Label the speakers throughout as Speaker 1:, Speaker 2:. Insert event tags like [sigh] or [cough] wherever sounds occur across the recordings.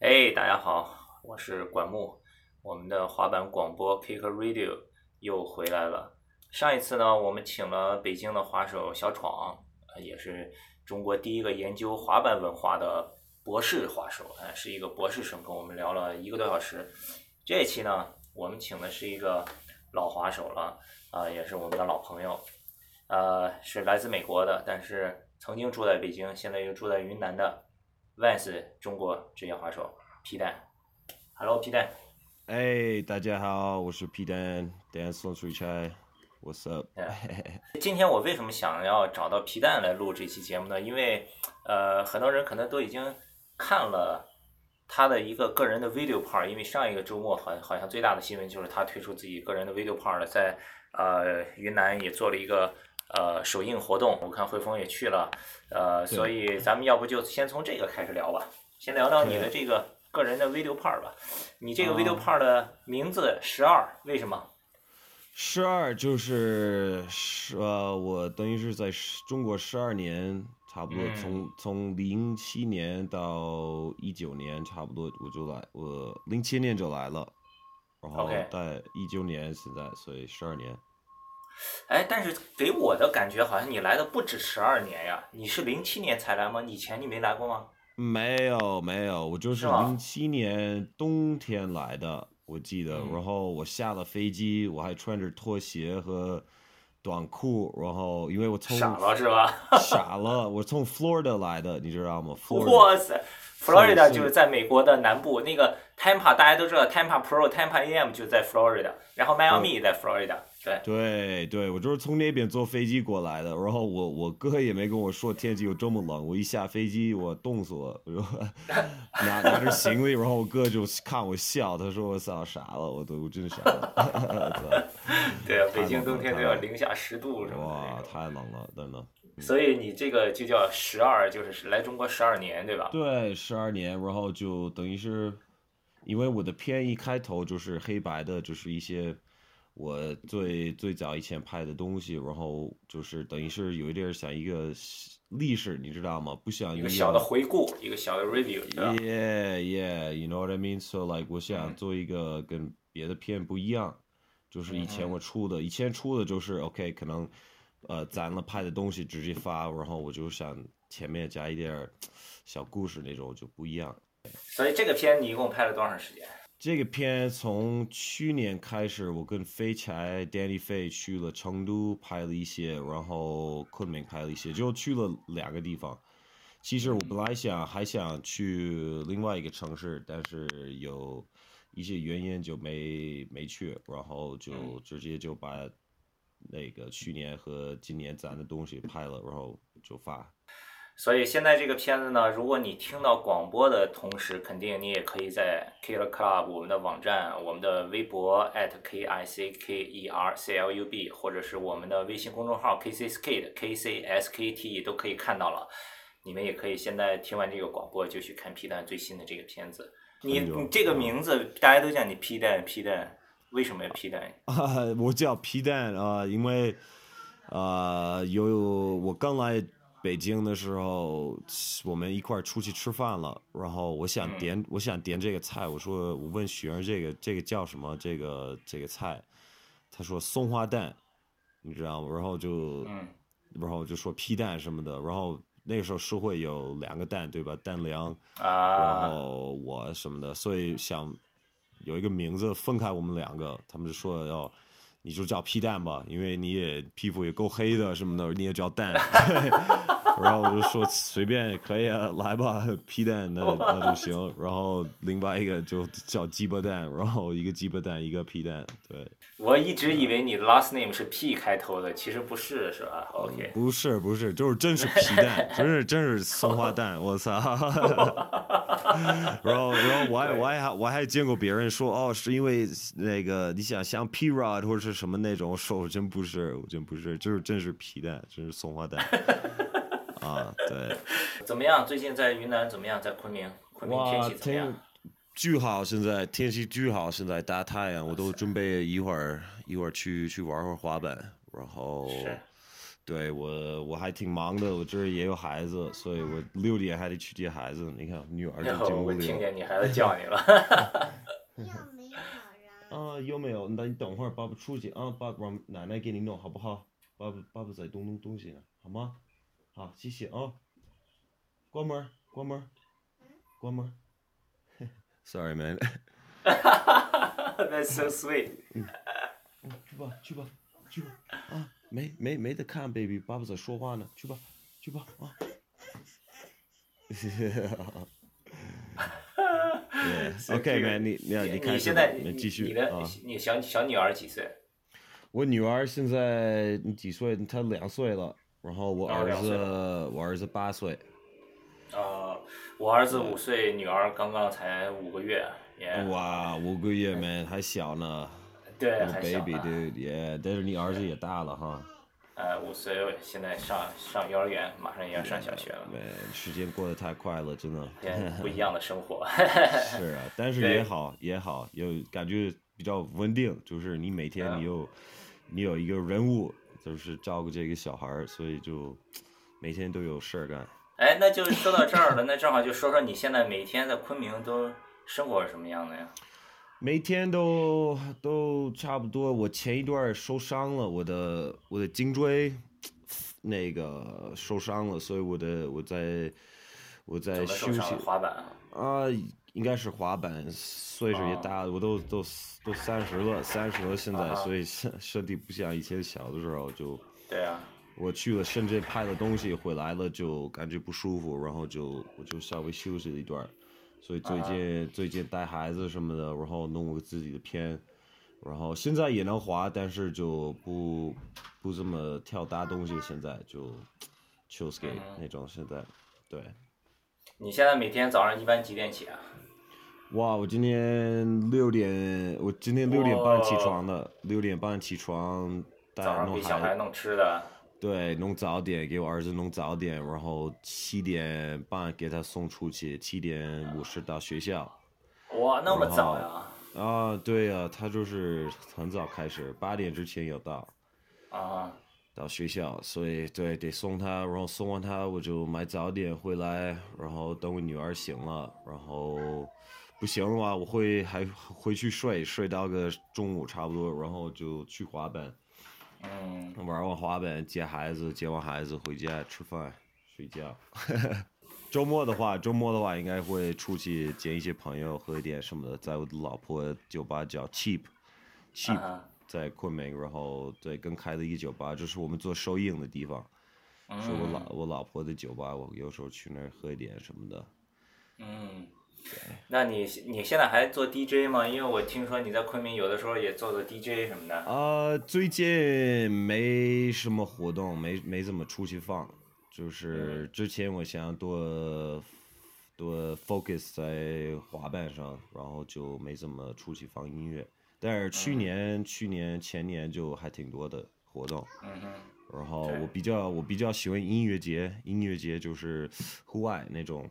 Speaker 1: 哎大家好，我是管木，我们的滑板广播 Kick Radio 又回来了。上一次呢，我们请了北京的滑手小闯，呃也是中国第一个研究滑板文化的博士滑手，哎、是一个博士生，跟我们聊了一个多小时。这一期呢，我们请的是一个老滑手了，啊、也是我们的老朋友，呃，是来自美国的，但是曾经住在北京，现在又住在云南的 Vans 中国职业滑手皮蛋。Hello，皮蛋，
Speaker 2: 哎，大家好，我是 P Dan Dan 宋水钗，What's up？
Speaker 1: 今天我为什么想要找到皮蛋来录这期节目呢？因为呃，很多人可能都已经看了他的一个个人的 video part，因为上一个周末好像好像最大的新闻就是他推出自己个人的 video part 了，在呃云南也做了一个呃首映活动，我看汇丰也去了，呃，
Speaker 2: 对
Speaker 1: 所以咱们要不就先从这个开始聊吧，先聊聊你的
Speaker 2: 对
Speaker 1: 这个个人的 video part 吧。你这个
Speaker 2: 啊
Speaker 1: video part 的名字十二，为什么？
Speaker 2: 十二就是十，呃，我等于是在十中国十二年，差不多
Speaker 1: 嗯
Speaker 2: 从、从零七年到一九年，差不多我就来，我零七年就来了，然后
Speaker 1: OK
Speaker 2: 在一九年现在，所以十二年。
Speaker 1: 哎，但是给我的感觉好像你来的不止十二年呀，你是零七年才来吗？以前你没来过吗？
Speaker 2: 没有没有，我就是
Speaker 1: 是吗
Speaker 2: 零七年冬天来的，我记得。
Speaker 1: 嗯
Speaker 2: 然后我下了飞机，我还穿着拖鞋和短裤，然后因为我从
Speaker 1: 傻了是吧？
Speaker 2: 傻了，我从 Florida 来的，你知道吗？Florida
Speaker 1: 哇塞，Florida
Speaker 2: 是
Speaker 1: 就是在美国的南部，那个 Tampa 大家都知道，Tampa Pro、Tampa AM 就在 Florida，然后 Miami 也在 Florida，对。
Speaker 2: 对对，我就是从那边坐飞机过来的。然后我我哥也没跟我说天气有这么冷，我一下飞机我冻死我，
Speaker 1: [laughs]
Speaker 2: 我说拿拿着行李，然后我哥就看我笑，他说我操傻了，我都我真傻了， [laughs]
Speaker 1: 对啊，
Speaker 2: 太
Speaker 1: 北京
Speaker 2: 冷了
Speaker 1: 冬天
Speaker 2: 太
Speaker 1: 都要
Speaker 2: 冷了
Speaker 1: 零下十度什么的那
Speaker 2: 哇
Speaker 1: 种，
Speaker 2: 太冷了，真的。
Speaker 1: 所以你这个就叫十二，就是来中国十二年，对吧？
Speaker 2: 对，十二年，然后就等于是，因为我的片一开头就是黑白的，就是一些我最最早以前拍的东西，然后就是等于是有一点儿像一个西历史，你知道吗？不像
Speaker 1: 一
Speaker 2: 一
Speaker 1: 个
Speaker 2: 个
Speaker 1: 小的回顾，一个小的 review，对吧？
Speaker 2: Yeah, yeah, you know what I mean. So like，我想做一个跟别的片不一样，就是以前我出的，以前出的就是 OK，可能呃咱了拍的东西直接发，然后我就想前面加一点儿小故事那种就不一样。
Speaker 1: 所以这个片你一共拍了多长时间？
Speaker 2: 这个片从去年开始，我跟飞柴 Danny 飞去了成都拍了一些，然后昆明拍了一些，就去了两个地方。其实我本来想还想去另外一个城市，但是有一些原因就没没去，然后就
Speaker 1: 嗯
Speaker 2: 直接就把那个去年和今年咱的东西拍了，然后就发。
Speaker 1: 所以现在这个片子呢，如果你听到广播的同时，肯定你也可以在 Killer Club 我们的网站、我们的微博 at k i c k e r c l u b，或者是我们的微信公众号 k c s k 的 k c s k t E 都可以看到了。你们也可以现在听完这个广播就去看 P 蛋最新的这个片子。你
Speaker 2: 很久嗯
Speaker 1: 你这个名字，大家都叫你 P 蛋 P 蛋，为什么要 P 蛋？
Speaker 2: 啊，我叫皮蛋 [laughs] 啊、因为啊、有我刚来北京的时候，我们一块儿出去吃饭了，然后我想
Speaker 1: 嗯
Speaker 2: 点、我想点这个菜，我说我问雪儿这个这个叫什么这个这个菜，他说松花蛋，你知道吗？然后就
Speaker 1: 嗯，
Speaker 2: 然后就说皮蛋什么的，然后那个时候社会有两个蛋对吧？蛋粮。然
Speaker 1: 啊，
Speaker 2: 后我什么的，所以想有一个名字分开我们两个。他们就说要，你就叫屁蛋吧，因为你也皮肤也够黑的什么的，你也叫蛋。 [laughs] 然后我就说随便可以啊，来吧，皮蛋 [laughs] 那那就行。然后另外一个就叫鸡巴蛋，然后一个鸡巴蛋，一个皮蛋，对。
Speaker 1: 我一直以为你 last name 是 P 开头的，其实不是，是吧？OK。
Speaker 2: 不是不是，就是真是皮蛋，真是真是松花蛋，
Speaker 1: [laughs]
Speaker 2: 我操！然后然后我还我还我还见过别人说哦，是因为那个你想像 P Rod 或者是什么那种，我说我真不是，我真不是，就是真是皮蛋，真是松
Speaker 1: [laughs]
Speaker 2: 花蛋啊，对。
Speaker 1: 怎么样？最近在云南怎么样？在昆明，昆明天气怎么样？
Speaker 2: 巨好，现在天气巨好，现在大太阳，我都准备一会儿一会儿去去玩会儿滑板，然后
Speaker 1: 是
Speaker 2: 对我我还挺忙的，我这儿也有孩子，所以我六点还得去接孩子。你看女儿
Speaker 1: 然
Speaker 2: 就
Speaker 1: 后
Speaker 2: 进
Speaker 1: 我
Speaker 2: 屋里
Speaker 1: 听
Speaker 2: 了。
Speaker 1: 见你孩子叫你了， [laughs]
Speaker 3: 又没有了。
Speaker 2: 啊，有没有？那你等会儿，爸爸出去啊，爸爸让奶奶给你弄好不好？爸爸爸爸在动动东西呢，好吗？好，谢谢啊。关门儿，关门儿，关门儿。Sorry man，
Speaker 1: That's so sweet。
Speaker 2: 去吧去吧去吧啊，没没没得看，baby，爸爸在说话呢，去吧去吧啊。
Speaker 1: [laughs] So
Speaker 2: Yeah，OK、
Speaker 1: cute
Speaker 2: man，你你
Speaker 1: 你
Speaker 2: 你开
Speaker 1: 你
Speaker 2: 始
Speaker 1: 现
Speaker 2: 吧
Speaker 1: 在
Speaker 2: 你
Speaker 1: 你
Speaker 2: 继续
Speaker 1: 你的、
Speaker 2: 啊。
Speaker 1: 你小小女儿几岁？
Speaker 2: 我女儿现在几岁？她两岁了。然后我
Speaker 1: 哦
Speaker 2: 儿
Speaker 1: 两
Speaker 2: 子
Speaker 1: 岁，
Speaker 2: 我儿子八岁。
Speaker 1: 呃，我儿子五岁，女儿刚刚才五个月。Yeah,
Speaker 2: 哇，五个月 man 还小呢，
Speaker 1: 对，
Speaker 2: 我
Speaker 1: 哎还小啊
Speaker 2: baby
Speaker 1: 呢。
Speaker 2: dude，yeah，但是你儿子也大了哈
Speaker 1: 呃，五岁，现在上上幼儿园，马上也要上小学了。
Speaker 2: ，man，时间过得太快了，真的。
Speaker 1: 天，不一样的生
Speaker 2: [laughs]
Speaker 1: 活。 [laughs]
Speaker 2: 是啊，但是
Speaker 1: 对
Speaker 2: 也好也好，有感觉比较稳定，就是你每天
Speaker 1: 嗯
Speaker 2: 你有你有一个人物，就是照顾这个小孩儿，所以就每天都有事儿干。
Speaker 1: 哎，那就说到这儿了，那正好就说说你现在每天在昆明都生活是什么样的呀？
Speaker 2: 每天都都差不多。我前一段儿受伤了，我的我的颈椎那个受伤了，所以我的我在我
Speaker 1: 怎
Speaker 2: 在
Speaker 1: 么
Speaker 2: 休
Speaker 1: 受伤
Speaker 2: 息
Speaker 1: 了？滑板啊？
Speaker 2: 啊、应该是滑板，岁数也
Speaker 1: 啊
Speaker 2: 大了，我都都都三十了，三十了现在，
Speaker 1: 啊哈
Speaker 2: 所以身身体不像以前小的时候就。
Speaker 1: 对啊，
Speaker 2: 我去了深圳拍了东西，回来了就感觉不舒服，然后就我就稍微休息了一段儿，所以最
Speaker 1: 啊
Speaker 2: 近、最近带孩子什么的，然后弄我自己的片，然后现在也能滑，但是就不不怎么跳大东西，现在就 chill skate
Speaker 1: 嗯
Speaker 2: 那种，现在对。
Speaker 1: 你现在每天早上一般几点起啊？
Speaker 2: 哇，我今天六点，我今天六点半起
Speaker 1: 哇
Speaker 2: 床的，六点半起床带
Speaker 1: 早上
Speaker 2: 哎弄
Speaker 1: 给小
Speaker 2: 孩
Speaker 1: 孩弄吃的，
Speaker 2: 对，弄早点给我儿子弄早点，然后七点半给他送出去，七点五十到学校。
Speaker 1: 哇，那么
Speaker 2: 然后
Speaker 1: 早呀？
Speaker 2: 啊，对呀、他就是很早开始，八点之前要到
Speaker 1: 啊，
Speaker 2: 到学校，所以对得送他，然后送完他我就买早点回来，然后等我女儿醒了，然后不行的话我会还回去睡，睡到个中午差不多，然后就去滑板，
Speaker 1: 嗯，
Speaker 2: 玩完滑板，接孩子，接完孩子回家吃饭睡觉。周末的话，周末的话应该会出去见一些朋友，喝一点什么的。在我的老婆酒吧叫 Cheap Cheap，、
Speaker 1: 啊
Speaker 2: 在昆明，然后对，跟开了一个酒吧，这是我们做收银的地方，
Speaker 1: 嗯
Speaker 2: 是我老我老婆的酒吧。我有时候去那儿喝一点什么的。
Speaker 1: 嗯，那你你现在还做 DJ 吗？因为我听说你在昆明有的时候也做做 DJ 什么的。
Speaker 2: 啊，最近没什么活动，没没怎么出去放。
Speaker 1: 嗯
Speaker 2: 就是之前我想多多 focus 在滑板上，然后就没怎么出去放音乐。但是
Speaker 1: 嗯
Speaker 2: 去年、去年、前年就还挺多的活动。
Speaker 1: 嗯哼，
Speaker 2: 然后
Speaker 1: 对
Speaker 2: 我比较我比较喜欢音乐节，音乐节就是户外那种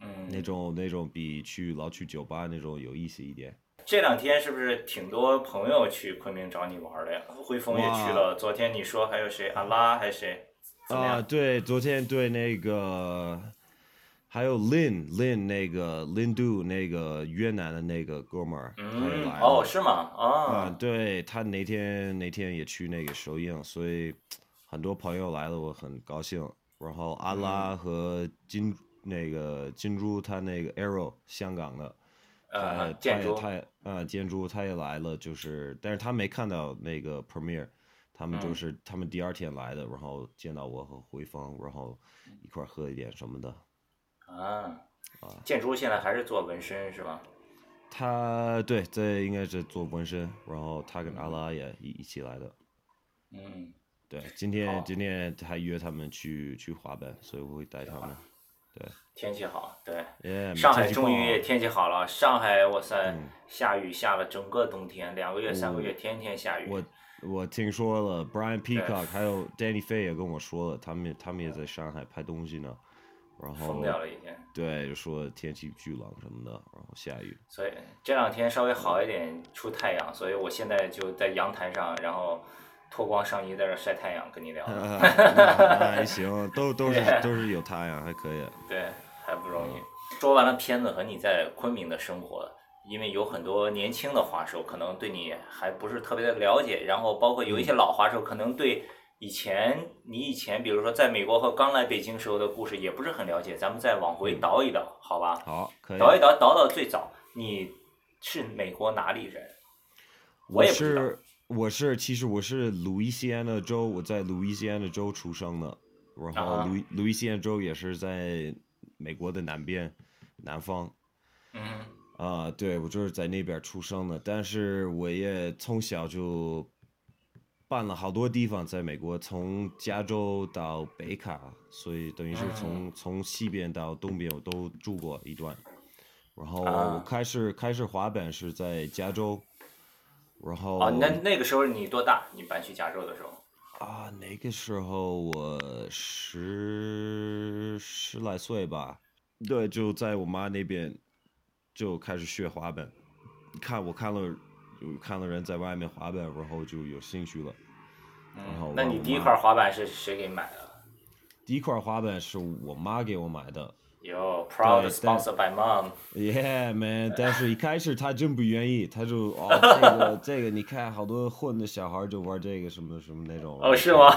Speaker 1: 嗯，
Speaker 2: 那种那种比去老去酒吧那种有意思一点。
Speaker 1: 这两天是不是挺多朋友去昆明找你玩的呀？汇丰也去了，昨天你说还有谁？阿拉还是谁？怎么样？
Speaker 2: 啊，对，昨天对那个，还有 Lin Lin 那个 Lin Du 那个越南的那个哥们儿，他也
Speaker 1: 嗯，
Speaker 2: 来
Speaker 1: 哦，
Speaker 2: 了
Speaker 1: 是吗？
Speaker 2: 啊，
Speaker 1: 啊，
Speaker 2: 对他哪天哪天也去那个首映，所以很多朋友来了，我很高兴。然后阿
Speaker 1: 嗯
Speaker 2: 拉和金、那个金珠，他那个 Arrow 香港的，他
Speaker 1: 呃
Speaker 2: 也，
Speaker 1: 建筑，
Speaker 2: 他也他也啊，建筑他也来了，就是，但是他没看到那个 premiere，他们就
Speaker 1: 嗯
Speaker 2: 是、他们第二天来的，然后见到我和回风，然后一块儿喝一点什么的。
Speaker 1: 啊，建筑现在还是做纹身是吧？
Speaker 2: 他对，这应该是做纹身，然后他跟阿拉也一一起来的。
Speaker 1: 嗯，
Speaker 2: 对，今天
Speaker 1: 好
Speaker 2: 今天还约他们去去滑板，所以我会带他们。
Speaker 1: 天气好，对。
Speaker 2: 耶、
Speaker 1: 上
Speaker 2: 天
Speaker 1: 海
Speaker 2: 气
Speaker 1: 终于
Speaker 2: 棒
Speaker 1: 也天气好了，上海哇塞
Speaker 2: 嗯，
Speaker 1: 下雨下了整个冬天，两个月、三个月，天天下雨。
Speaker 2: 我我听说了，Brian Peacock 还有 Danny Fay 也跟我说了，他们他们也在上海拍东西呢，然后
Speaker 1: 疯掉了已经，
Speaker 2: 对，就说天气巨冷什么的，然后下雨。
Speaker 1: 所以这两天稍微好一点，出太阳，所以我现在就在阳台上，然后脱光上衣在这晒太阳跟
Speaker 2: [laughs]
Speaker 1: 你聊，
Speaker 2: 啊 [laughs] 那那还行，都都是都是有太阳，还可以。
Speaker 1: 对，还不容易。说完了片子和你在昆明的生活，因为有很多年轻的滑手可能对你还不是特别的了解，然后包括有一些老滑手可能对以前你以前比如说在美国和刚来北京时候的故事也不是很了解，咱们再往回倒一倒，好吧？
Speaker 2: 好，可以。
Speaker 1: 倒一倒，倒到最早，你是美国哪里人？我
Speaker 2: 我
Speaker 1: 也不知道
Speaker 2: 是我是其实我是路易斯安那州，我在路易斯安那州出生的，然
Speaker 1: 啊
Speaker 2: 后路易路易斯安州也是在美国的南边南方
Speaker 1: 嗯，
Speaker 2: 啊、对我就是在那边出生的，但是我也从小就办了好多地方在美国，从加州到北卡，所以等于是从、
Speaker 1: 哦
Speaker 2: 从西边到东边我都住过一段。然后我
Speaker 1: 啊
Speaker 2: 开始、开始滑板是在加州，然后
Speaker 1: 哦，那那个时候你多大？你搬去加州的时候？
Speaker 2: 啊，那个时候我十十来岁吧，对，就在我妈那边就开始学滑板。看我看了有看了人在外面滑板，然后就有兴趣了。然后
Speaker 1: 那你
Speaker 2: 我
Speaker 1: 第一
Speaker 2: 妈
Speaker 1: 块滑板是谁给你买的？
Speaker 2: 第一块滑板是我妈给我买的
Speaker 1: 有 proud
Speaker 2: 对
Speaker 1: sponsored by mom，
Speaker 2: ，Yeah man！但 [laughs] 是一开始她真不愿意，她就哦这 [laughs] 个这个，你看好多混的小孩就玩这个什么什么那种。
Speaker 1: 哦，是吗？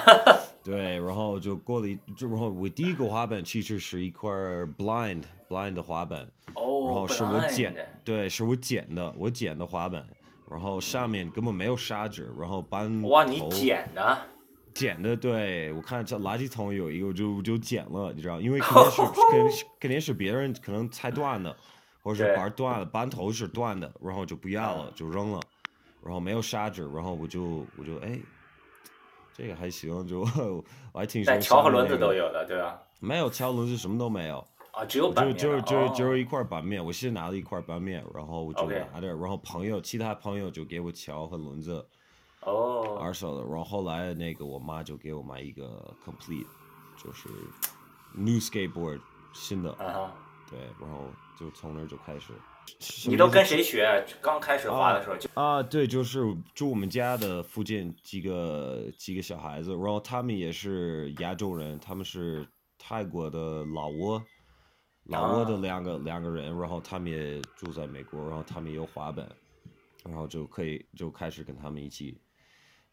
Speaker 2: 对，然后就过了一，就然后我第一个滑板其实是一块 blind blind 的滑板，
Speaker 1: 哦，
Speaker 2: 然后是我捡
Speaker 1: 的。，
Speaker 2: 对，是我捡的，我捡的滑板，然后上面根本没有砂纸，然后搬
Speaker 1: 哇，你
Speaker 2: 头
Speaker 1: 捡的？
Speaker 2: 捡的，对我看这垃圾桶有一个，我就就捡了，你知道，因为肯定是肯定是肯定是别人可能拆断的，或者
Speaker 1: 对嗯
Speaker 2: 是板断了，板头是断的，然后就不要了，就扔了，然后没有砂纸，然后我就我就哎，这个还行，就我还挺喜
Speaker 1: 带
Speaker 2: 欢
Speaker 1: 桥和
Speaker 2: 上面
Speaker 1: 轮
Speaker 2: 那
Speaker 1: 子
Speaker 2: 个
Speaker 1: 都，有的，对吧？
Speaker 2: 没有桥轮子什么都没有，
Speaker 1: 啊，只有板
Speaker 2: 就
Speaker 1: 面
Speaker 2: 就
Speaker 1: 的
Speaker 2: 就只有
Speaker 1: 哦
Speaker 2: 一块板面，我先拿了一块板面，然后我就
Speaker 1: OK
Speaker 2: 拿着，然后朋友其他朋友就给我桥和轮子。
Speaker 1: 哦，
Speaker 2: 二手的，然后后来那个我妈就给我买一个 complete，就是 new skateboard 新的，
Speaker 1: 啊哈，
Speaker 2: 对，然后就从那儿就开始。
Speaker 1: 你都跟谁学？啊刚开始滑的时候就
Speaker 2: 啊？对，就是住我们家的附近几个几个小孩子，然后他们也是亚洲人，他们是泰国的老挝，老挝的
Speaker 1: 啊
Speaker 2: 两个、两个人，然后他们也住在美国，然后他们也有滑板，然后就可以就开始跟他们一起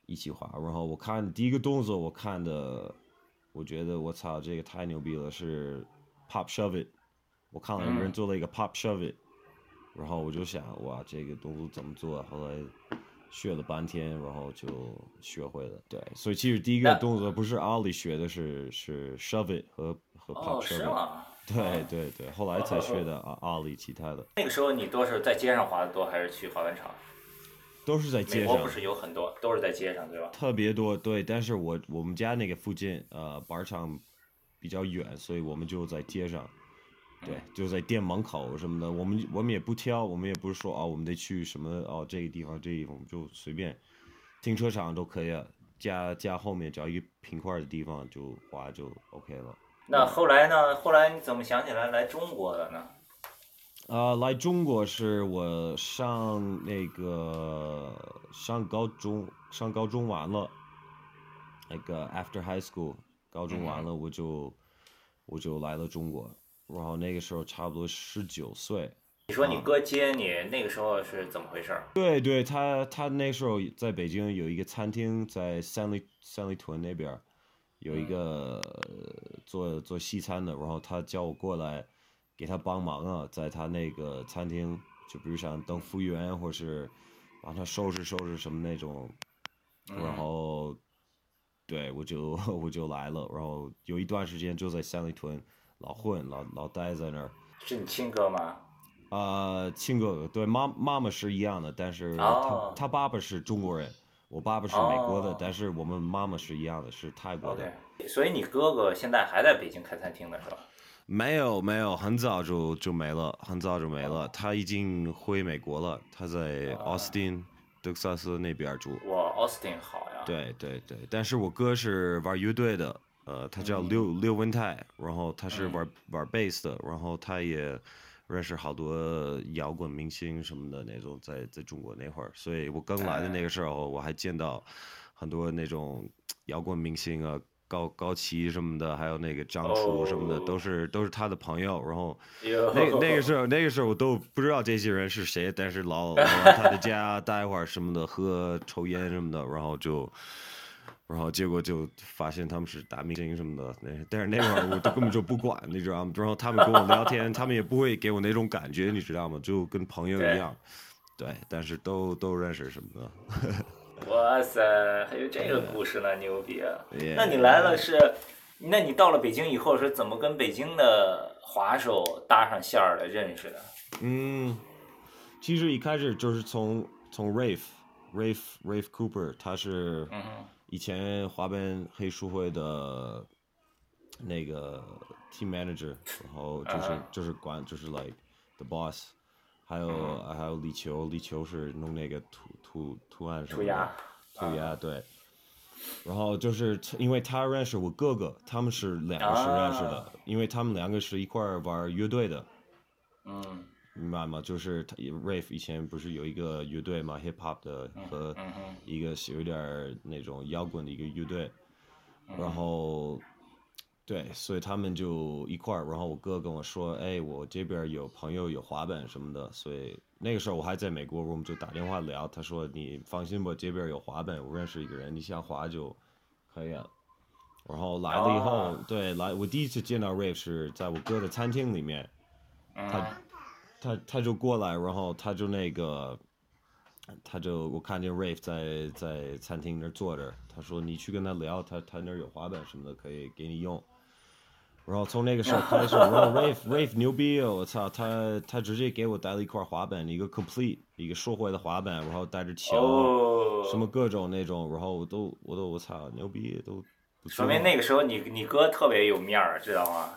Speaker 2: 一起滑。然后我看第一个动作，我看的，我觉得我操，这个太牛逼了，是 pop shove it。我看了有人
Speaker 1: 嗯
Speaker 2: 做了一个 pop shove it，、然后我就想，哇，这个动作怎么做？后来学了半天，然后就学会了。对，所以其实第一个
Speaker 1: 那
Speaker 2: 动作不是奥利学的是，是 shove it 和和 pop
Speaker 1: 哦，是
Speaker 2: shove it。
Speaker 1: 吗？
Speaker 2: 对对对，后来才学的啊，奥利其他的
Speaker 1: 那个时候你都是在街上滑的多，还是去滑板场？
Speaker 2: 都是在
Speaker 1: 美
Speaker 2: 街
Speaker 1: 国
Speaker 2: 上，嗯
Speaker 1: 不是有很多都是在街上，对吧？
Speaker 2: 特别多。对，但是我我们家那个附近呃板儿场比较远，所以我们就在街上，对，就在店门口什么的。我们我们也不挑，我们也不是说啊、我们得去什么哦这个地方这个地方，我们就随便停车场都可以啊。家家后面只要一个平块儿的地方就滑就 OK 了。
Speaker 1: 那后来呢？后来你怎么想起来来中国的呢？
Speaker 2: 呃，来中国是我上那个上高中，上高中完了，那个 after high school，高中完了我就我就来了中国，然后那个时候差不多十九岁。
Speaker 1: 你说
Speaker 2: 啊
Speaker 1: 你哥接你那个时候是怎么回事儿？
Speaker 2: 对对，他他那时候在北京有一个餐厅，在三里三里屯那边儿有一个呃做做西餐的，然后他叫我过来给他帮忙啊，在他那个餐厅，就比如想当服务员或是帮他收拾收拾什么那种，
Speaker 1: 嗯
Speaker 2: 然后对我就 [laughs] 我就来了，然后有一段时间就在三里屯老混老老待在那儿。
Speaker 1: 是你亲哥吗？
Speaker 2: 呃，亲哥哥，对，妈妈妈是一样的，但是他、
Speaker 1: 哦
Speaker 2: 他爸爸是中国人，我爸爸是美国的，
Speaker 1: 哦
Speaker 2: 但是我们妈妈是一样的，是泰国的。
Speaker 1: OK，所以你哥哥现在还在北京开餐厅呢，是吧？
Speaker 2: 没有没有，很早就就没了，很早就没了。
Speaker 1: 哦
Speaker 2: 他已经回美国了，他在奥斯汀、德克萨斯那边住。
Speaker 1: 我 Austin 好呀。
Speaker 2: 对对对，但是我哥是玩乐队的，呃，他叫六、六文泰，然后他是玩、玩贝斯的，然后他也认识好多摇滚明星什么的那种，在在中国那会儿，所以我刚来的那个时候，我还见到很多那种摇滚明星啊，高高旗什么的，还有那个张楚什么的，
Speaker 1: 哦
Speaker 2: 都是都是他的朋友。然后
Speaker 1: 哟 [laughs]
Speaker 2: 那那个时候那个时候我都不知道这些人是谁，但是老老来他的家待会儿什么的，喝抽烟什么的，然后就。然后结果就发现他们是打明星什么的，那但是那会儿我都根本就不管，你知道吗？然后他们跟我聊天，他们也不会给我那种感觉，你知道吗？就跟朋友
Speaker 1: 对
Speaker 2: 一样，对，但是都都认识什么的。
Speaker 1: 哇塞，还有这个故事呢，牛逼啊！
Speaker 2: Yeah
Speaker 1: 那你来了是，那你到了北京以后是怎么跟北京的滑手搭上线儿的，认识的？
Speaker 2: 嗯，其实一开始就是从从 Rave Rave Rave Cooper，他是
Speaker 1: 嗯哼，
Speaker 2: 以前华北黑社会的那个 team manager，然后就是、
Speaker 1: 啊
Speaker 2: 就是管就是 like the boss，还有、
Speaker 1: 嗯
Speaker 2: 还有李球，李球是弄那个图图图案什么
Speaker 1: 涂鸦
Speaker 2: 的，
Speaker 1: 啊
Speaker 2: 涂鸦、啊对。然后就是因为他认识我哥哥，他们是两个是认识的，
Speaker 1: 啊
Speaker 2: 因为他们两个是一块儿玩乐队的，
Speaker 1: 嗯
Speaker 2: 明白吗？就是他 Rave 以前不是有一个乐队嘛，hip hop 的和
Speaker 1: 嗯哼
Speaker 2: 一个是有点儿那种摇滚的一个乐队，
Speaker 1: 嗯
Speaker 2: 然后对，所以他们就一块儿。然后我哥跟我说：“哎，我这边有朋友有滑板什么的。”所以那个时候我还在美国，我们就打电话聊。他说：“你放心吧，这边有滑板，我认识一个人，你想滑就可以了。”然后来了以后，
Speaker 1: 哦
Speaker 2: 对，来我第一次见到 Rave 是在我哥的餐厅里面。他
Speaker 3: 啊
Speaker 2: 他他就过来，然后他就那个，他就我看见 Rave 在在餐厅那儿坐着，他说你去跟他聊，他他那儿有滑板什么的可以给你用。然后从那个时候开始，然后 Rave Rave 牛逼哦，我操，他他直接给我带了一块滑板，一个 complete，一个收回的滑板，然后带着球，
Speaker 1: 哦，
Speaker 2: 什么？各种那种，然后我都我都我操牛逼都不知
Speaker 1: 说
Speaker 2: 道，
Speaker 1: 明那个时候你你哥特别有面儿，知道吗？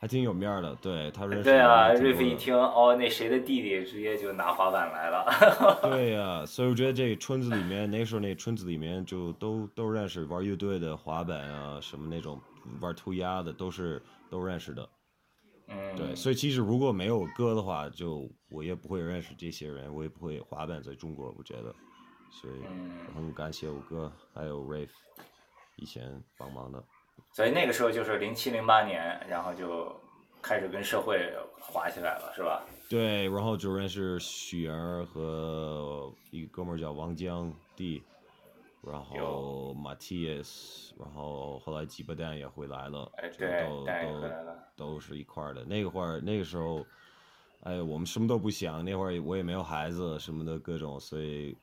Speaker 2: 还挺有面儿的，对他认识
Speaker 1: 对啊，
Speaker 2: 人还挺
Speaker 1: 瑞
Speaker 2: 多
Speaker 1: 夫一
Speaker 2: 的
Speaker 1: 听哦，那谁的弟弟直接就拿滑板来 [laughs]
Speaker 2: [laughs]
Speaker 1: 了，
Speaker 2: 对呀、所以我觉得这个村子里面，那时候那村子里面就都都认识玩乐队的、滑板啊，什么那种玩涂鸦的，都是都认识的。
Speaker 1: 嗯，
Speaker 2: 对，所以其实如果没有歌的话，就我也不会认识这些人，我也不会滑板在中国，我觉得。所以
Speaker 1: 嗯
Speaker 2: 很感谢我哥还有 Rave 以前帮忙的。
Speaker 1: 所以那个时候就是零七零八年，然后就开始跟社会滑起来了，是吧？
Speaker 2: 对，然后就认识许儿和一个哥们儿叫王江弟，然后
Speaker 1: 有
Speaker 2: Matthias，然后后来鸡巴蛋也回来了，
Speaker 1: 哎，
Speaker 2: 就
Speaker 1: 对，
Speaker 2: 都
Speaker 1: 带回来
Speaker 2: 都
Speaker 1: 了，
Speaker 2: 都是一块儿的。那会儿那个时候，哎，我们什么都不想，那会儿也我也没有孩子什么的各种，所以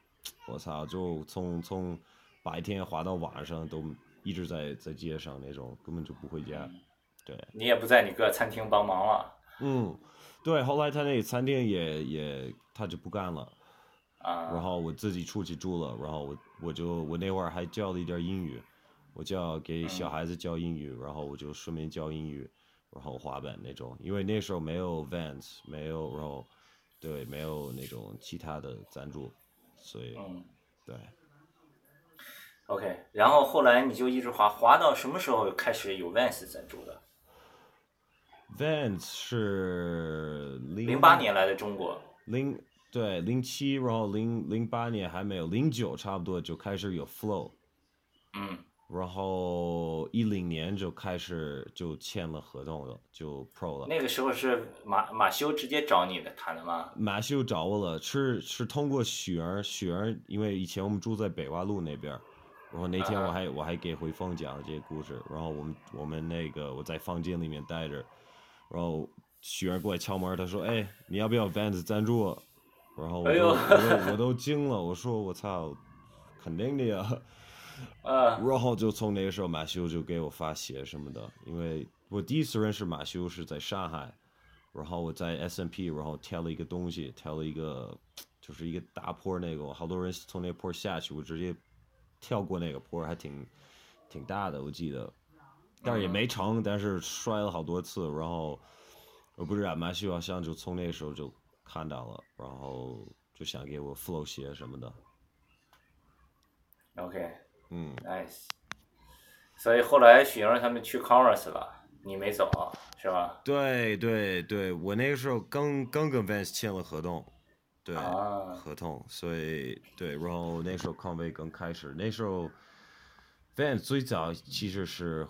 Speaker 2: 我操，就从从白天滑到晚上都一直在在街上那种，根本就不回家。
Speaker 1: 嗯
Speaker 2: 对，
Speaker 1: 你也不在你哥餐厅帮忙了
Speaker 2: 嗯，对，后来他那餐厅也也他就不干了，
Speaker 1: 啊？
Speaker 2: 然后我自己出去住了，然后我我就我那会儿还教了一点英语，我教给小孩子教英语，然后我就顺便教英语，然后滑板那种，因为那时候没有 Vans，没有，然后对，没有那种其他的赞助，所以
Speaker 1: 嗯
Speaker 2: 对，
Speaker 1: ，OK，然后后来你就一直滑，滑到什么时候开始有 Vans 赞助的？
Speaker 2: Vans 是
Speaker 1: 零八年来的中国，
Speaker 2: 零对零七，然后零零八年还没有，零九差不多就开始有 Flow。
Speaker 1: 嗯，
Speaker 2: 然后一零年就开始就签了合同了，就 pro 了。
Speaker 1: 那个时候是马马修直接找你的谈的吗？
Speaker 2: 马修找我了，是是通过雪儿，雪儿因为以前我们住在北洼路那边儿，然后那天
Speaker 1: 啊
Speaker 2: 我还我还给回峰讲了这些故事，然后我们我们那个我在房间里面待着，然后雪儿过来敲门，他说：“哎，你要不要 Vans 赞助我？”然后我
Speaker 1: 哎
Speaker 2: 都、
Speaker 1: 呦
Speaker 2: 我都我都惊了，我说我操，肯定的呀。
Speaker 1: 呃，
Speaker 2: 然后就从那个时候，马修就给我发鞋什么的，因为我第一次认识马修是在上海，然后我在 S M P，然后挑了一个东西，挑了一个就是一个大坡那个，好多人从那坡下去，我直接跳过那个坡，还挺挺大的，我记得，但是也没成，但是摔了好多次，然后我不知道马修好像就从那时候就看到了，然后就想给我 flow 鞋什么的，
Speaker 1: OK，Nice。
Speaker 2: 嗯。
Speaker 1: 所以后来许莹他们去 Converse 了，你没走是吧？
Speaker 2: 对对对，我那个时候刚刚跟 Vans 签了合同，对，
Speaker 1: 啊
Speaker 2: 合同，所以对，然后那时候康威刚开始，那时候 Van 最早其实是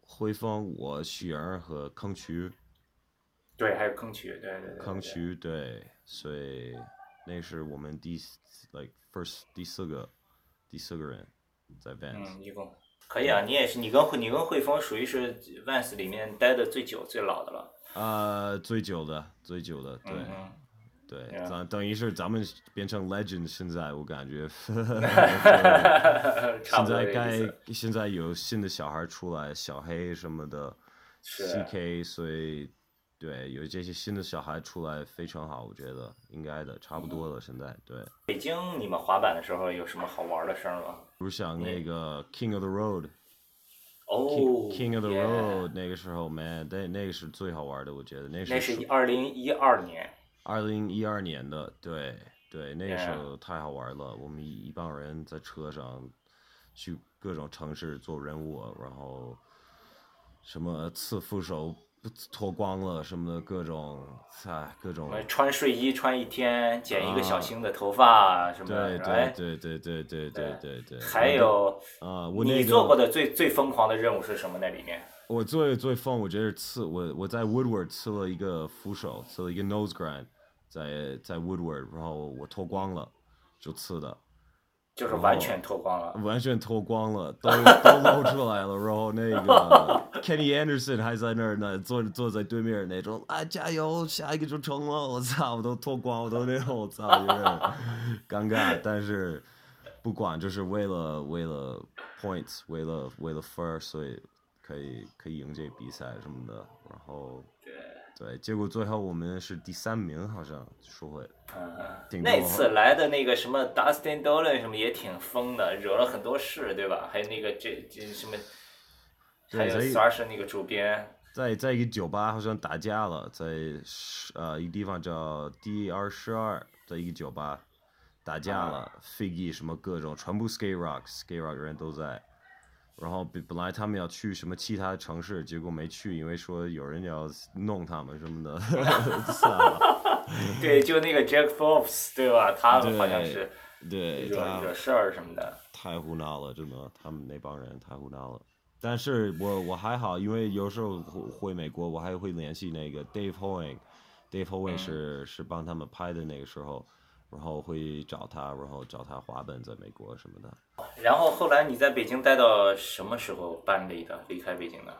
Speaker 2: 辉峰、我、许源和康渠，
Speaker 1: 对，还有坑渠，对对对对对
Speaker 2: 康渠对，所以那是我们第 like first 第四个第四个人在 Van，、
Speaker 1: 嗯，一共可以啊，你也是，你跟你跟汇丰属于是 Vans 里面待的最久、最老的了。
Speaker 2: 呃，最久的最久的，对、
Speaker 1: 嗯
Speaker 2: 对，
Speaker 1: Yeah
Speaker 2: 咱等于是咱们变成 legend，现在我感觉。
Speaker 1: [laughs] 嗯，差
Speaker 2: 现
Speaker 1: 不多
Speaker 2: 在
Speaker 1: 这个意思。
Speaker 2: 该现在有新的小孩出来，小黑什么的
Speaker 1: 是
Speaker 2: ，CK，所以对有这些新的小孩出来非常好，我觉得应该的，差不多了。现在对，
Speaker 1: 北京你们滑板的时候有什么好玩的事儿吗？
Speaker 2: 不是像那个 King of the Road，King、
Speaker 1: 嗯哦
Speaker 2: King of the
Speaker 1: yeah
Speaker 2: Road 那个时候，man，那那个是最好玩的，我觉得那
Speaker 1: 那
Speaker 2: 是
Speaker 1: 是二零一二年，
Speaker 2: 二零一二年的，对对，那个时
Speaker 1: Yeah
Speaker 2: 候太好玩了。我们一一帮人在车上去各种城市做任务，然后什么刺副手脱光了什么的，各种哎各种
Speaker 1: 我，们穿睡衣穿一天，剪一个小
Speaker 2: 啊
Speaker 1: 星的头发什么的
Speaker 2: 对，对
Speaker 1: 哎
Speaker 2: 对对对对对对对。
Speaker 1: 还有
Speaker 2: 啊，我那
Speaker 1: 你做过
Speaker 2: 个
Speaker 1: 的最最疯狂的任务是什么？那里面
Speaker 2: 我最最疯，我觉得是刺我我在 Woodward 刺了一个扶手，刺了一个 nose grind，在在 Woodward，然后我脱光了就刺的。
Speaker 1: 就是完全脱光了。
Speaker 2: 完全脱光了，都 [laughs] 都露出来了。然后那
Speaker 1: [laughs]
Speaker 2: 个 Kenny Anderson 还在那儿呢，坐坐在对面那种啊，加油，下一个就成了。我操，我都脱光，我都那种，我操，有点尴尬。但是不管，就是为了为了 points，为了为了分儿，所以可以可以赢这比赛什么的。然后
Speaker 1: 对，
Speaker 2: 对，结果最后我们是第三名，好像说会。嗯
Speaker 1: 那次来的那个什么 Dustin Dolan 什么也挺疯的，惹了很多事，对吧？还有那个这这什么，
Speaker 2: 对
Speaker 1: 还有
Speaker 2: 所以
Speaker 1: Sasha 那个主编，
Speaker 2: 在在一个酒吧好像打架了，在十呃一个地方叫 D 二十二，在一个酒吧打架了、f i g g y 什么各种全部 Skate Rock Skate Rock 人都在，然后本本来他们要去什么其他城市，结果没去，因为说有人要弄他们什么的， [laughs] 算了，
Speaker 1: [laughs] 对，就那个 Jack Forbes，对吧？他们好像
Speaker 2: 对
Speaker 1: 是
Speaker 2: 对，
Speaker 1: 惹
Speaker 2: 他
Speaker 1: 惹事儿什么的。
Speaker 2: 太胡闹了，真的，他们那帮人太胡闹了。但是我我还好，因为有时候回回美国，我还会联系那个 Dave Hoeing，Dave Hoeing 是、是帮他们拍的那个时候，然后会找他，然后找他滑板在美国什么的。
Speaker 1: 然后后来你在北京待到什么时候搬离的？离开北京的？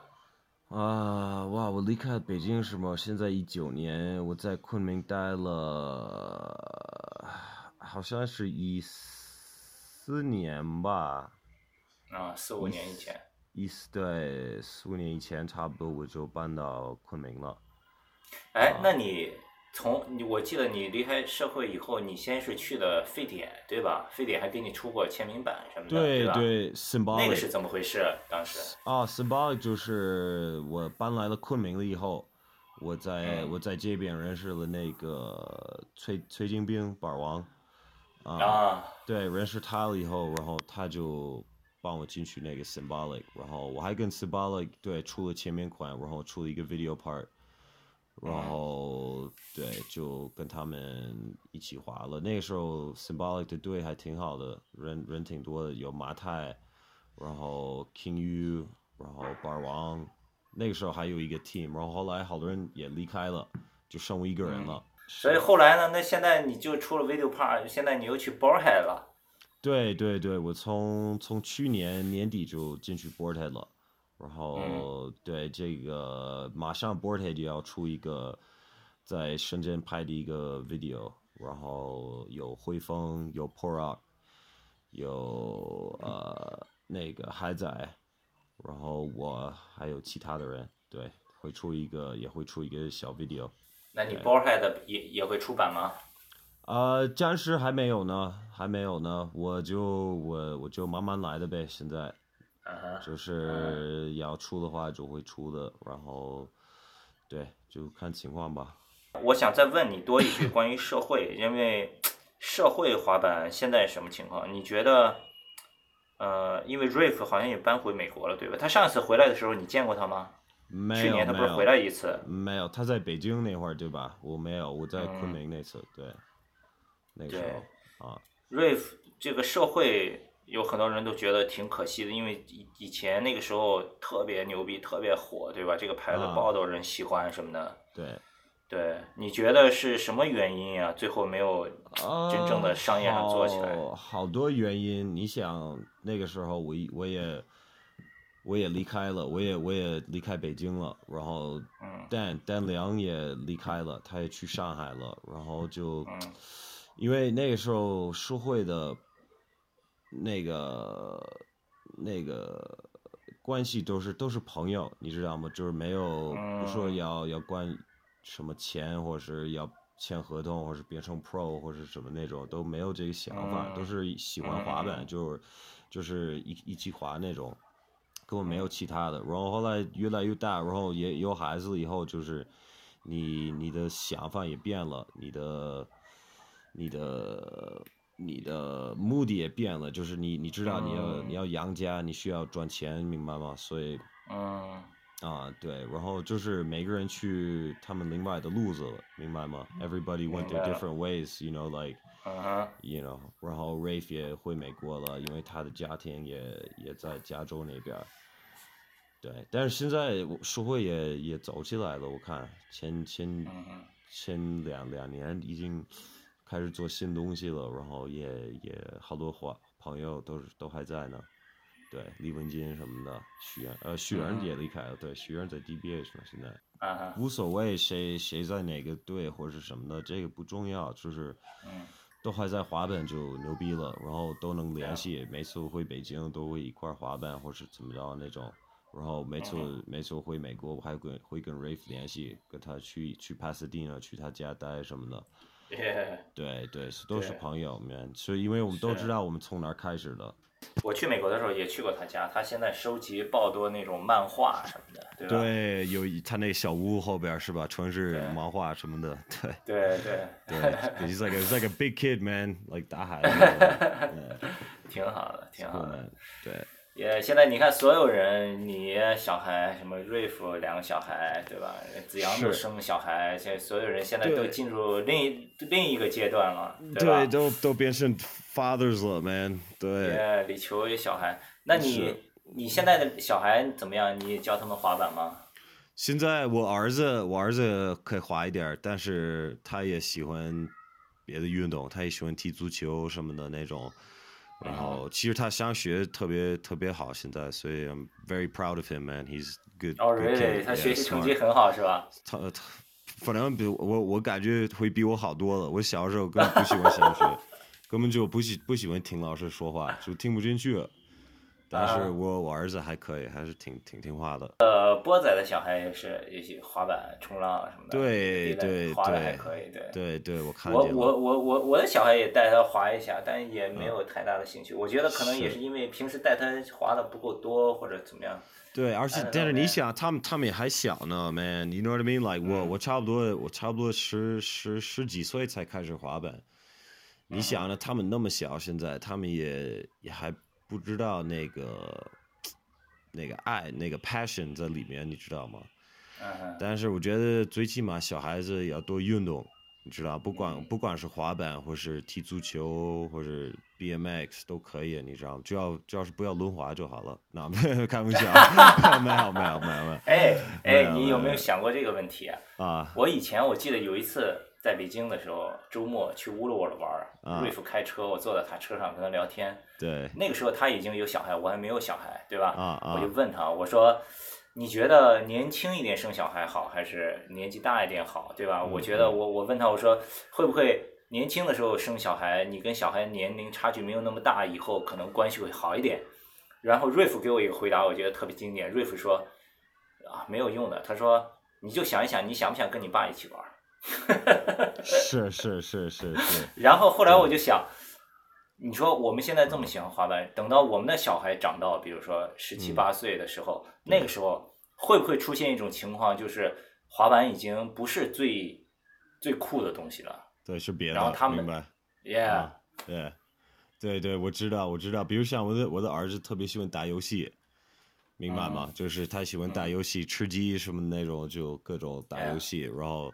Speaker 2: 啊，哇！我离开北京是吗？现在一九年，我在昆明待了，好像是一四年吧。
Speaker 1: 啊，四五年以前。
Speaker 2: 一四对四五年以前，差不多我就搬到昆明了。嗯
Speaker 1: 哎，那你从你我记得你离开社会以后，你先是去的沸点，对吧？沸点还给你出过签名版什么的，
Speaker 2: 对
Speaker 1: 吧？
Speaker 2: 对
Speaker 1: 那个是
Speaker 2: ，symbolic
Speaker 1: 怎么回事？当时
Speaker 2: 啊，symbolic 就是我搬来了昆明了以后，我在
Speaker 1: 嗯
Speaker 2: 我在这边认识了那个崔崔金兵板儿王，啊，
Speaker 1: 啊，
Speaker 2: 对，认识他了以后，然后他就帮我进去那个 symbolic，然后我还跟 symbolic 对出了签名款，然后出了一个 video part。然
Speaker 1: 嗯
Speaker 2: 后对，就跟他们一起滑了。那个时候 Symbolic 的队还挺好的，人人挺多的，有麻太，然后 King Yu，然后板儿王。那个时候还有一个 team，然后后来好多人也离开了，就剩我一个人了。
Speaker 1: 所以后来呢？那现在你就出了 video part，现在你又去 Borhead 了。
Speaker 2: 对对对，我从从去年年底就进去 Boardhead 了，然后对这个马上 Boardhead 就要出一个在深圳拍的一个 video，然后有汇丰，有 p o r o c 有呃那个海仔，然后我还有其他的人，对，会出一个也会出一个小 video。
Speaker 1: 那你 Borhead 也也会出版吗？
Speaker 2: 呃，暂时还没有呢，还没有呢，我就我我就慢慢来的呗，现在。
Speaker 1: 嗯哼，
Speaker 2: 就是要出的话就会出的，然后对，就看情况吧。
Speaker 1: 我想再问你多一句关于社会，因为社会滑板现在什么情况？你觉得？呃，因为 Riff 好像也搬回美国了，对吧？他上次回来的时候，你见过他吗？
Speaker 2: 没有，
Speaker 1: 去年他不是
Speaker 2: 没有
Speaker 1: 回来一次？嗯
Speaker 2: 没有，他在北京那会儿对吧？我没有，我在昆明那次，对那个时候啊。
Speaker 1: 瑞夫这个社会有很多人都觉得挺可惜的，因为以以前那个时候特别牛逼，特别火，对吧？这个牌子
Speaker 2: 啊
Speaker 1: 爆多人喜欢什么的。
Speaker 2: 对，
Speaker 1: 对，你觉得是什么原因啊？最后没有真正的商业上做起来？
Speaker 2: 啊好好多原因。你想那个时候我一我也我也离开了，我也我也离开北京了，然后
Speaker 1: 嗯
Speaker 2: 但但梁也离开了，他也去上海了，然后就、
Speaker 1: 嗯
Speaker 2: 因为那个时候社会的那个那个关系都是都是朋友，你知道吗？就是没有不说
Speaker 1: 嗯
Speaker 2: 要要关什么钱，或者是要签合同，或者是变成 pro 或者是什么那种都没有这个想法，
Speaker 1: 嗯
Speaker 2: 都是喜欢滑板，
Speaker 1: 嗯
Speaker 2: 就是就是一一起滑那种。根本没有其他的。然后后来越来越大，然后也有孩子以后，就是你你的想法也变了，你的你的你的目的也变了，就是你你知道你要、
Speaker 1: 嗯
Speaker 2: 你要养家，你需要赚钱，明白吗？所以
Speaker 1: 嗯
Speaker 2: 啊，对，然后就是每个人去他们另外的路子了，明白吗？Everybody went
Speaker 1: 嗯明
Speaker 2: their
Speaker 1: 白了
Speaker 2: different ways, you know, like
Speaker 1: 嗯哼
Speaker 2: you know，然后 Rafe 也回美国了，因为他的家庭也也在加州那边儿。对，但是现在我社会也也走起来了，我看前前
Speaker 1: 嗯哼
Speaker 2: 前两两年已经开始做新东西了，然后也也好多伙朋友都是都还在呢。对，李文金什么的，许源呃许源也离开了，对，许源在 DBH 嘛，现在。
Speaker 1: 嗯哼
Speaker 2: 无所谓谁谁在哪个队或者是什么的，这个不重要，就是
Speaker 1: 嗯
Speaker 2: 都还在滑板就牛逼了，然后都能
Speaker 1: 啊
Speaker 2: 联系，每次回北京都会一块儿滑板或是怎么着那种，然后每次、
Speaker 1: 嗯
Speaker 2: 每次回美国我还跟会跟 Rafe 联系，跟他去去 Pasadena 去他家待什么的，
Speaker 1: 耶
Speaker 2: 对对，都是
Speaker 1: 对
Speaker 2: 朋友们，所以因为我们都
Speaker 1: 是
Speaker 2: 知道我们从哪儿开始的，
Speaker 1: [laughs] 我去美国的时候也去过他家，他现在收集爆多那种漫画什么的，对吧？
Speaker 2: 对，有一他那个小屋后边儿是吧，全是
Speaker 1: 对
Speaker 2: 漫画什么的，
Speaker 1: [laughs]
Speaker 2: 对。
Speaker 1: 对对
Speaker 2: Yeah, he's like a, he's like a big kid, man. [laughs] Like 打海
Speaker 1: [laughs]
Speaker 2: 了，
Speaker 1: 挺好的，挺好
Speaker 2: 后
Speaker 1: 的。
Speaker 2: 面对
Speaker 1: 也现在你看，所有人，你小孩什么瑞夫两个小孩，对吧？子阳都
Speaker 2: 是
Speaker 1: 生小孩，现在所有人现在都
Speaker 2: 对
Speaker 1: 进入另一另一个阶段了，吧？
Speaker 2: 对，都都变成 fathers 了，man。对，
Speaker 1: 呃，李球有小孩，那你
Speaker 2: 是
Speaker 1: 你现在的小孩怎么样？你教他们滑板吗？
Speaker 2: 现在我儿子我儿子可以滑一点儿，但是他也喜欢别的运动，他也喜欢踢足球什么的那种。然
Speaker 1: 啊
Speaker 2: 后其实他上学特别特别好，现在，所以 I'm very proud of him, man. He's good.
Speaker 1: 哦
Speaker 2: good
Speaker 1: ，really，
Speaker 2: kid.
Speaker 1: 他
Speaker 2: Yeah,
Speaker 1: 学习成
Speaker 2: smart.
Speaker 1: 绩很好是吧？
Speaker 2: 他他反正比我我感觉会比我好多了。我小时候根本不喜欢上学，根本就不喜不喜欢听老师说话，就听不进去。但是
Speaker 1: 啊
Speaker 2: 我我儿子还可以，还是挺挺听话的。
Speaker 1: 呃，波仔的小孩也是，也许滑板、冲浪啊什么的，
Speaker 2: 对
Speaker 1: 踢得
Speaker 2: 对
Speaker 1: 滑的还
Speaker 2: 对
Speaker 1: 可以，对。
Speaker 2: 对对，我看
Speaker 1: 我
Speaker 2: 见了。嗯
Speaker 1: 我我我我的小孩也带他滑一下，但也没有太大的兴趣。我觉得可能也
Speaker 2: 是
Speaker 1: 是因为平时带他滑的不够多，或者怎么样。
Speaker 2: 对，而且
Speaker 1: don't know,
Speaker 2: 但是你
Speaker 1: man.
Speaker 2: 想，他们他们也还小呢，man，you know what I mean？Like 我
Speaker 1: 嗯
Speaker 2: 我差不多我差不多十十十几岁才开始滑板，你想
Speaker 1: 嗯
Speaker 2: 呢？他们那么小，现在他们也也还不知道那个那个爱那个 passion 在里面，你知道吗？
Speaker 1: 嗯哼，
Speaker 2: 但是我觉得最起码小孩子也要多运动，你知道，不
Speaker 1: 嗯
Speaker 2: 管不管是滑板，或是踢足球，或是 BMX 都可以，你知道吗？只要只要是不要轮滑就好了。那 [laughs] 开玩笑， [laughs] 没有没有没有没
Speaker 1: 哎
Speaker 2: 没
Speaker 1: 哎，
Speaker 2: 有
Speaker 1: 你有
Speaker 2: 没有
Speaker 1: 没
Speaker 2: 没
Speaker 1: 有
Speaker 2: 有
Speaker 1: 想过这个问题啊？
Speaker 2: 有啊
Speaker 1: 我以前我记得有一次在北京的时候，周末去乌鲁木齐玩儿，
Speaker 2: 啊
Speaker 1: 瑞夫开车，我坐在他车上跟他聊天。
Speaker 2: 对
Speaker 1: 那个时候他已经有小孩，我还没有小孩，对吧？
Speaker 2: 啊啊
Speaker 1: 我就问他，我说你觉得年轻一点生小孩好，还是年纪大一点好，对
Speaker 2: 嗯
Speaker 1: 吧？我觉得我我问他，我说会不会年轻的时候生小孩，你跟小孩年龄差距没有那么大，以后可能关系会好一点。然后瑞夫给我一个回答，我觉得特别经典。瑞夫说啊，没有用的，他说你就想一想，你想不想跟你爸一起玩儿？
Speaker 2: 是是是是是，
Speaker 1: 然后后来我就想，
Speaker 2: 嗯
Speaker 1: 你说我们现在这么喜欢滑板，等到我们的小孩长到，比如说十七
Speaker 2: 嗯
Speaker 1: 八岁的时候，那个时候会不会出现一种情况，就是滑板已经不是最最酷的东西了
Speaker 2: [laughs] 对是别的，
Speaker 1: 然后他们
Speaker 2: 明白。
Speaker 1: ？Yeah，
Speaker 2: 啊对，对对，我知道，我知道。比如像我的我的儿子特别喜欢打游戏，明白吗？就是他喜欢打游戏、吃鸡什么的那种，就各种打游戏，然后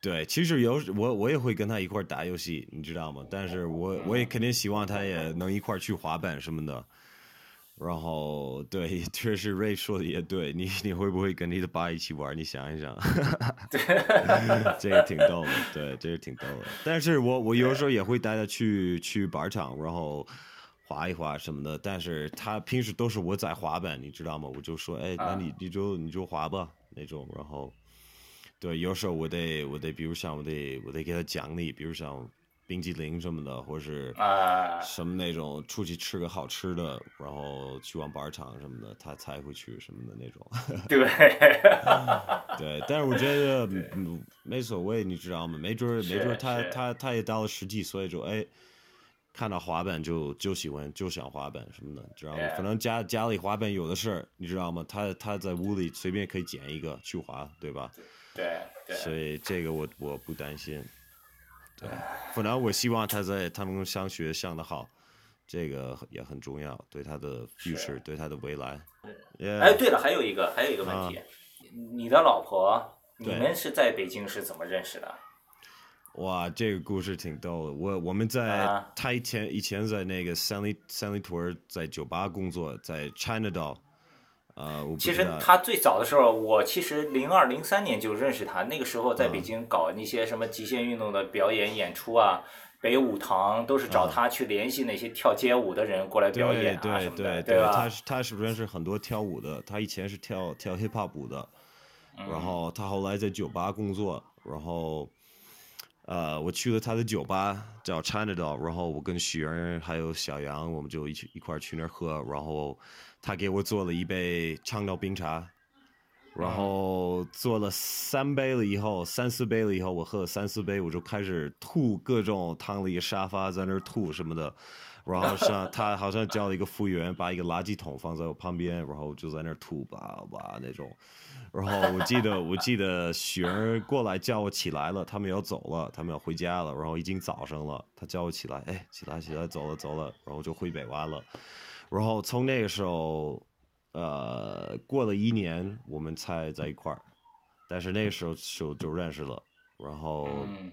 Speaker 2: 对，其实有时我我也会跟他一块儿打游戏，你知道吗？但是我我也肯定希望他也能一块儿去滑板什么的。然后，对， [laughs] 确实 Ray 说的也对，你你会不会跟你的爸一起玩？你想一想，嗯
Speaker 1: [laughs]
Speaker 2: [laughs] 这个挺逗的，对，这是挺逗的。但是我我有时候也会带他去去板场，然后滑一滑什么的。但是他平时都是我在滑板，你知道吗？我就说，哎，那你你就你就滑吧那种，然后。对，有时候我得我得，比如像我得我得给他奖励，比如像冰激凌什么的，或是
Speaker 1: 啊
Speaker 2: 什么那种出去吃个好吃的，然后去玩板场什么的，他才会去什么的那种。 [laughs]
Speaker 1: 对， [laughs]
Speaker 2: 对，但是我觉得嗯没所谓，你知道吗？没准儿没准儿
Speaker 1: 是
Speaker 2: 他
Speaker 1: 是
Speaker 2: 他他也到了十几岁就哎。看到滑板就就喜欢就想滑板什么的，知道吗？
Speaker 1: Yeah
Speaker 2: 反正家家里滑板有的是，你知道吗？他他在屋里随便可以捡一个去滑，对吧？
Speaker 1: 对对
Speaker 2: 所以这个我我不担心。对，反正我希望他在他们上学上的好，这个也很重要，对他的
Speaker 1: 是
Speaker 2: future，对他的未来。Yeah,
Speaker 1: 哎，对了，还有一个还有一个问题，你的老婆，你
Speaker 2: 嗯对
Speaker 1: 们是在北京是怎么认识的？
Speaker 2: 哇，这个故事挺逗的。我我们在、
Speaker 1: 啊
Speaker 2: 他以前以前在那个三里三里屯儿在酒吧工作，在 China Doll。啊、我不
Speaker 1: 其
Speaker 2: 知
Speaker 1: 实
Speaker 2: 道
Speaker 1: 他最早的时候，我其实零二零三年就认识他，那个时候
Speaker 2: 嗯
Speaker 1: 在北京搞那些什么极限运动的表演演出啊，北舞堂都是找他去联系那些跳街舞的人过来表演啊
Speaker 2: 嗯对
Speaker 1: 什么的，
Speaker 2: 对对，他
Speaker 1: 吧？
Speaker 2: 是他是认识很多跳舞的，他以前是跳跳 hip hop 舞的，
Speaker 1: 嗯
Speaker 2: 然后他后来在酒吧工作，然后呃，我去了他的酒吧叫 China Doll，然后我跟许儿还有小杨，我们就一起一块儿去那儿喝，然后他给我做了一杯长岛冰茶。然后做了三杯了以后，三四杯了以后，我喝了三四杯，我就开始吐各种汤里沙发，在那儿吐什么的。然后像他好像叫了一个服务员，把一个垃圾桶放在我旁边，然后就在那儿吐吧吧那种。然后我记得我记得雪儿过来叫我起来了，他们要走了，他们要回家了。然后已经早上了，他叫我起来，哎，起来起来，走了走了。然后就回北湾了。然后从那个时候，呃，过了一年，我们才在一块儿，但是那个时候就就认识了。然后
Speaker 1: 嗯，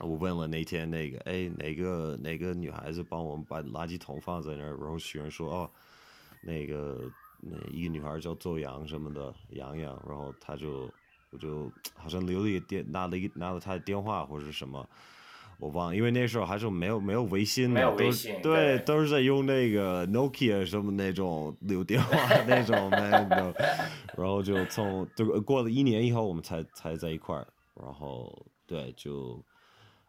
Speaker 2: 我问了那天那个，哎，哪个哪个女孩子帮我们把垃圾桶放在那儿？然后许人说，哦，那个那一个女孩叫邹阳什么的，洋洋。然后他就我就好像留了一个电，拿了一拿了他的电话或者是什么。我忘了，因为那时候还是没有没有微信的，
Speaker 1: 没有微
Speaker 2: 都
Speaker 1: 信对
Speaker 2: 对，都是在用那个 Nokia 什么那种留电
Speaker 1: [laughs]
Speaker 2: 话那种那种，然后就从就过了一年以后，我们才才在一块儿，然后对就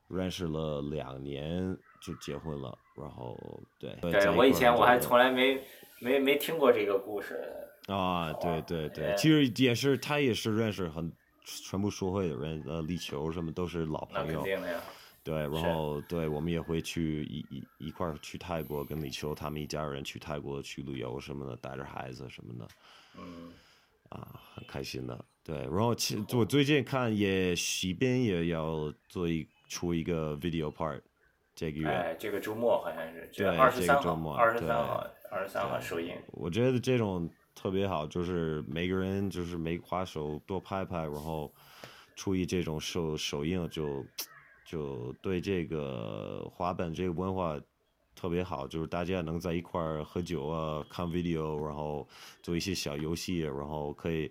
Speaker 2: 认识了两年就结婚了，然后对
Speaker 1: 对我以前我还从
Speaker 2: 来
Speaker 1: 来没没没听过这个故事，
Speaker 2: 啊，对对对，
Speaker 1: 哎
Speaker 2: 其实也是他也是认识很全部社会的人，呃，立球什么都是老
Speaker 1: 那
Speaker 2: 朋
Speaker 1: 肯
Speaker 2: 友，
Speaker 1: 定的呀。
Speaker 2: 对，然
Speaker 1: 是
Speaker 2: 后对我们也会去一一一块儿去泰国，跟李秋他们一家人去泰国去旅游什么的，带着孩子什么的，
Speaker 1: 嗯，
Speaker 2: 啊，很开心的。对，然后其我最近看也喜斌也要做一出一个 video part，这个月、
Speaker 1: 哎，这个周末好像是，
Speaker 2: 对
Speaker 1: 二十
Speaker 2: 这
Speaker 1: 三
Speaker 2: 个周
Speaker 1: 号，
Speaker 2: 末
Speaker 1: 二十
Speaker 2: 对
Speaker 1: 三号，二十三号
Speaker 2: 对
Speaker 1: 首映。
Speaker 2: 我觉得这种特别好，就是每个人就是每个花手多拍拍，然后出于这种首首映就就对这个滑板这个文化特别好，就是大家能在一块儿喝酒啊，看 video，然后做一些小游戏，然后可以。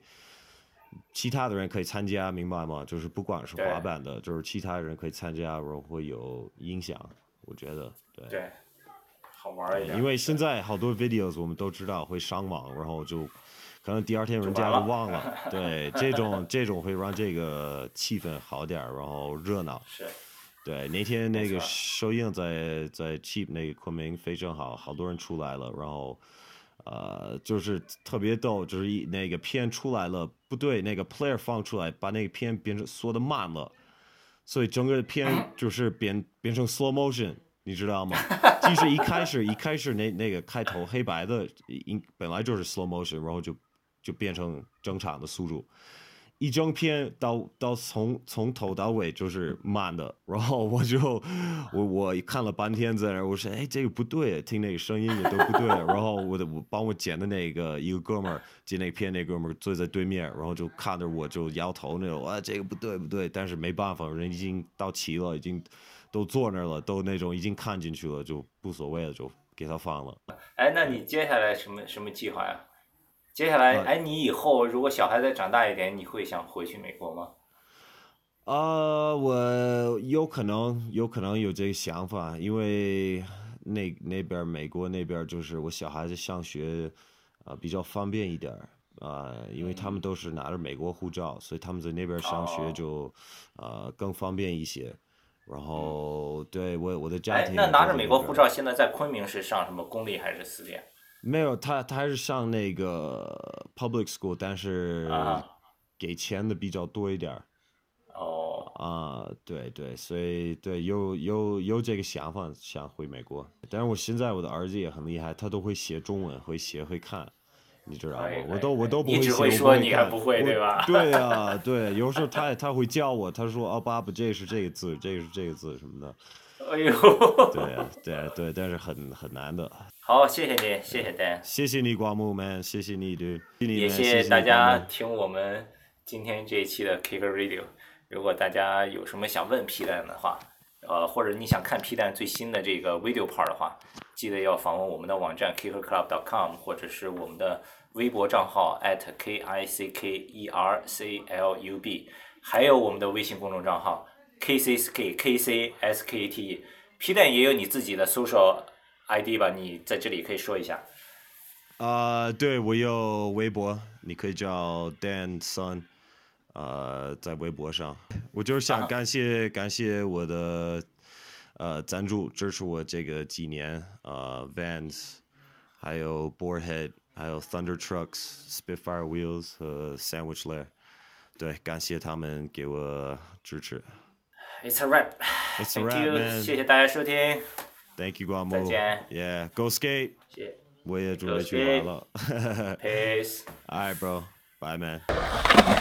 Speaker 2: 其他的人可以参加，明白吗？就是不管是
Speaker 1: 对
Speaker 2: 滑板的，就是其他人可以参加，然后会有影响。我觉得，对
Speaker 1: 对，好玩儿一点。
Speaker 2: 因为现在好多 videos 我们都知道会上网，然后就可能第二天人家
Speaker 1: 就
Speaker 2: 就
Speaker 1: 完了
Speaker 2: 忘了。
Speaker 1: [laughs]
Speaker 2: 对，这种这种会让这个气氛好点儿，然后热闹。
Speaker 1: 是
Speaker 2: 对，那天
Speaker 1: 没
Speaker 2: 那个
Speaker 1: 错
Speaker 2: 收映在在 Cheap 那个昆明非常好，好多人出来了，然后呃，就是特别逗，就是一那个片出来了，不对，那个 player 放出来，把那个片变成缩的慢了，所以整个
Speaker 1: [laughs]
Speaker 2: 片就是变变成 slow motion。你知道吗？其实一开始一开始那那个开头黑白的，应本来就是 slow motion，然后就就变成正常的速度，一整篇到到从从头到尾就是慢的，然后我就我我看了半天在那儿，我说哎这个不对，听那个声音也都不对，然后我的我帮我剪的那个一个哥们儿剪那片那哥们儿坐在对面，然后就看着我就摇头那种啊这个不对不对，但是没办法，人已经到齐了，已经都坐那儿了，都那种已经看进去了，就无所谓了，就给他放了。
Speaker 1: 哎，那你接下来什么什么计划呀？接下来，
Speaker 2: 呃
Speaker 1: 哎，你以后如果小孩再长大一点，你会想回去美国吗？
Speaker 2: 啊，我有可能有可能有这个想法，因为那那边儿美国那边儿就是我小孩子上学，啊、比较方便一点儿啊、因为他们都是拿着美国护照，所以他们在那边儿
Speaker 1: 嗯
Speaker 2: 上
Speaker 1: 哦
Speaker 2: 学就，呃，更方便一些。然后，对我我的家
Speaker 1: 嗯哎
Speaker 2: 庭，
Speaker 1: 那
Speaker 2: 也
Speaker 1: 拿
Speaker 2: 都
Speaker 1: 着
Speaker 2: 在
Speaker 1: 美
Speaker 2: 那
Speaker 1: 国
Speaker 2: 边
Speaker 1: 护
Speaker 2: 儿
Speaker 1: 照，现在在昆明是上什么公立还是私立啊？
Speaker 2: 没有，他他还是上那个 public school，但是
Speaker 1: 啊
Speaker 2: 给钱的比较多一点儿。
Speaker 1: 哦，
Speaker 2: 啊，对对，所以对有有有这个想法想回美国，但是我现在我的儿子也很厉害，他都会写中文，会写会看，你知道吗
Speaker 1: 可以？可
Speaker 2: 我
Speaker 1: 以
Speaker 2: 都我
Speaker 1: 可以
Speaker 2: 都不
Speaker 1: 哎你
Speaker 2: 会
Speaker 1: 只
Speaker 2: 写，
Speaker 1: 会
Speaker 2: 我不
Speaker 1: 说你还
Speaker 2: 看
Speaker 1: 不会
Speaker 2: 我
Speaker 1: 对吧
Speaker 2: 对啊，对，有时候他也他会教我，他说啊爸爸这是这个字，这个是这个字什么的，
Speaker 1: 哎呦， [laughs]
Speaker 2: 对啊对啊对，但是很很难的。
Speaker 1: 好，谢谢你，谢谢 Dan，
Speaker 2: 谢谢你刮目 man，谢谢你对，谢谢你
Speaker 1: 也
Speaker 2: man，
Speaker 1: 谢
Speaker 2: 谢
Speaker 1: 谢大
Speaker 2: 你刮
Speaker 1: 家
Speaker 2: 目
Speaker 1: 听我们今天这一期的 Kicker Radio。如果大家有什么想问皮蛋的话，呃，或者你想看皮蛋最新的这个 video part 的话，记得要访问我们的网站 kickerclub.com，或者是我们的微博账号 at k i c k e r c l u b，还有我们的微信公众账号 k c s k k c s k E t。皮蛋也有你自己的 social ID 吧？你在这里可以说一下。
Speaker 2: 啊、对我有微博，你可以叫 Dan Sun，呃，在微博上，我就是
Speaker 1: 啊
Speaker 2: 想感谢、感谢我的呃赞助支持我这个几年，呃，Vans，还有 Boarhead，还有 Thunder Trucks、Spitfire Wheels 和 Sandwich Lair，对，感谢他们给我支持。
Speaker 1: It's a wrap。
Speaker 2: It's a
Speaker 1: Thank
Speaker 2: wrap,
Speaker 1: you，
Speaker 2: man.
Speaker 1: 谢谢大家收听，
Speaker 2: Thank you, Guamo.
Speaker 1: 见
Speaker 2: Yeah, go skate.
Speaker 1: 谢谢
Speaker 2: 我也准
Speaker 1: Go
Speaker 2: 备去玩
Speaker 1: skate.
Speaker 2: 了。 [laughs]
Speaker 1: ，peace。
Speaker 2: All right, bro. Bye, man.